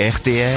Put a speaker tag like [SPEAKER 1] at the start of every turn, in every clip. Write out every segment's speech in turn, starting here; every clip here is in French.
[SPEAKER 1] RTL.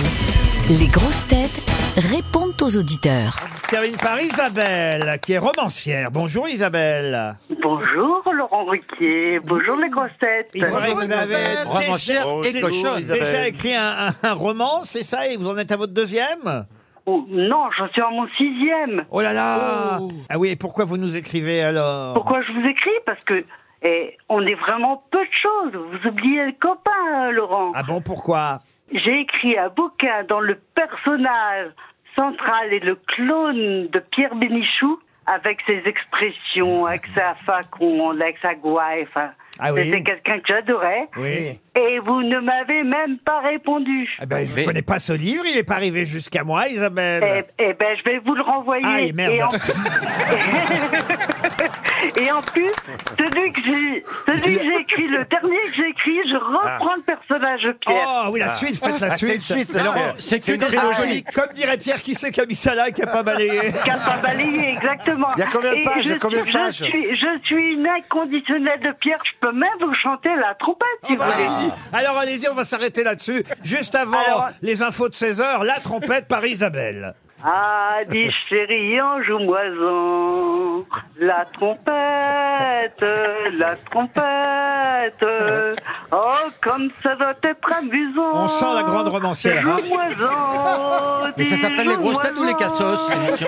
[SPEAKER 2] Les grosses têtes répondent aux auditeurs.
[SPEAKER 3] Termine par Isabelle, qui est romancière. Bonjour Isabelle.
[SPEAKER 4] Bonjour Laurent Ruquier, bonjour les grosses têtes.
[SPEAKER 3] Il paraît que vous avez déjà-
[SPEAKER 5] Romancière et
[SPEAKER 3] dé-
[SPEAKER 5] cochonne,
[SPEAKER 3] déjà
[SPEAKER 5] Isabelle.
[SPEAKER 3] écrit un, un- un roman, c'est ça Et vous en êtes à votre deuxième
[SPEAKER 4] Oh, non, j'en suis à mon sixième.
[SPEAKER 3] Oh là là Ah oui, et pourquoi vous nous écrivez alors
[SPEAKER 4] Pourquoi je vous écris Parce que eh, on est vraiment peu de choses. Vous oubliez le copain, hein, Laurent.
[SPEAKER 3] Ah bon, pourquoi
[SPEAKER 4] J'ai écrit un bouquin dont le personnage central est le clone de Pierre Bénichou, avec ses expressions, avec sa faconde, avec sa gouaille. enfin,
[SPEAKER 3] Ah oui.
[SPEAKER 4] C'était quelqu'un que j'adorais.
[SPEAKER 3] Oui.
[SPEAKER 4] Et vous ne m'avez même pas répondu.
[SPEAKER 3] Eh ben, je ne
[SPEAKER 5] Mais-
[SPEAKER 3] connais pas ce livre, il n'est pas arrivé jusqu'à moi,
[SPEAKER 4] Eh,
[SPEAKER 3] Isabelle.
[SPEAKER 4] eh ben, je vais vous le renvoyer.
[SPEAKER 3] Aïe, merde.
[SPEAKER 4] Et, en... Et en plus, celui que j'ai, celui que j'ai écrit, le dernier que j'ai écrit, je reprends le personnage de Pierre.
[SPEAKER 3] Oh oui, la suite, faites la suite.
[SPEAKER 5] Mais Laurent, c'est
[SPEAKER 6] C'est
[SPEAKER 5] qu'une
[SPEAKER 6] une trilogie.
[SPEAKER 5] trilogie.
[SPEAKER 3] Comme dirait Pierre, qui c'est qui a mis ça là et qui a pas balayé
[SPEAKER 4] Qui a pas balayé, exactement.
[SPEAKER 6] Il y a combien de
[SPEAKER 4] Et
[SPEAKER 6] pages, il y a
[SPEAKER 4] je
[SPEAKER 6] combien de
[SPEAKER 4] suis-
[SPEAKER 6] pages
[SPEAKER 4] je suis, je suis une inconditionnelle de Pierre. Je peux même vous chanter la trompette, si
[SPEAKER 3] Oh, bah,
[SPEAKER 4] vous voulez.
[SPEAKER 3] allez-y. Alors allez-y, on va s'arrêter là-dessus. Juste avant
[SPEAKER 4] Alors-
[SPEAKER 3] les infos de 16h, la trompette par Isabelle.
[SPEAKER 4] Ah, dis chérie, en joue moison. La trompette, la trompette. Oh, comme ça doit être amusant.
[SPEAKER 3] On sent la grande romancière, hein.
[SPEAKER 4] Joue-moisan,
[SPEAKER 5] Mais ça
[SPEAKER 4] dis
[SPEAKER 5] s'appelle les grosses têtes ou les
[SPEAKER 4] joue-moisan.
[SPEAKER 5] cassos l'émission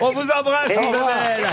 [SPEAKER 3] On vous embrasse,
[SPEAKER 4] Et au
[SPEAKER 3] Isabelle.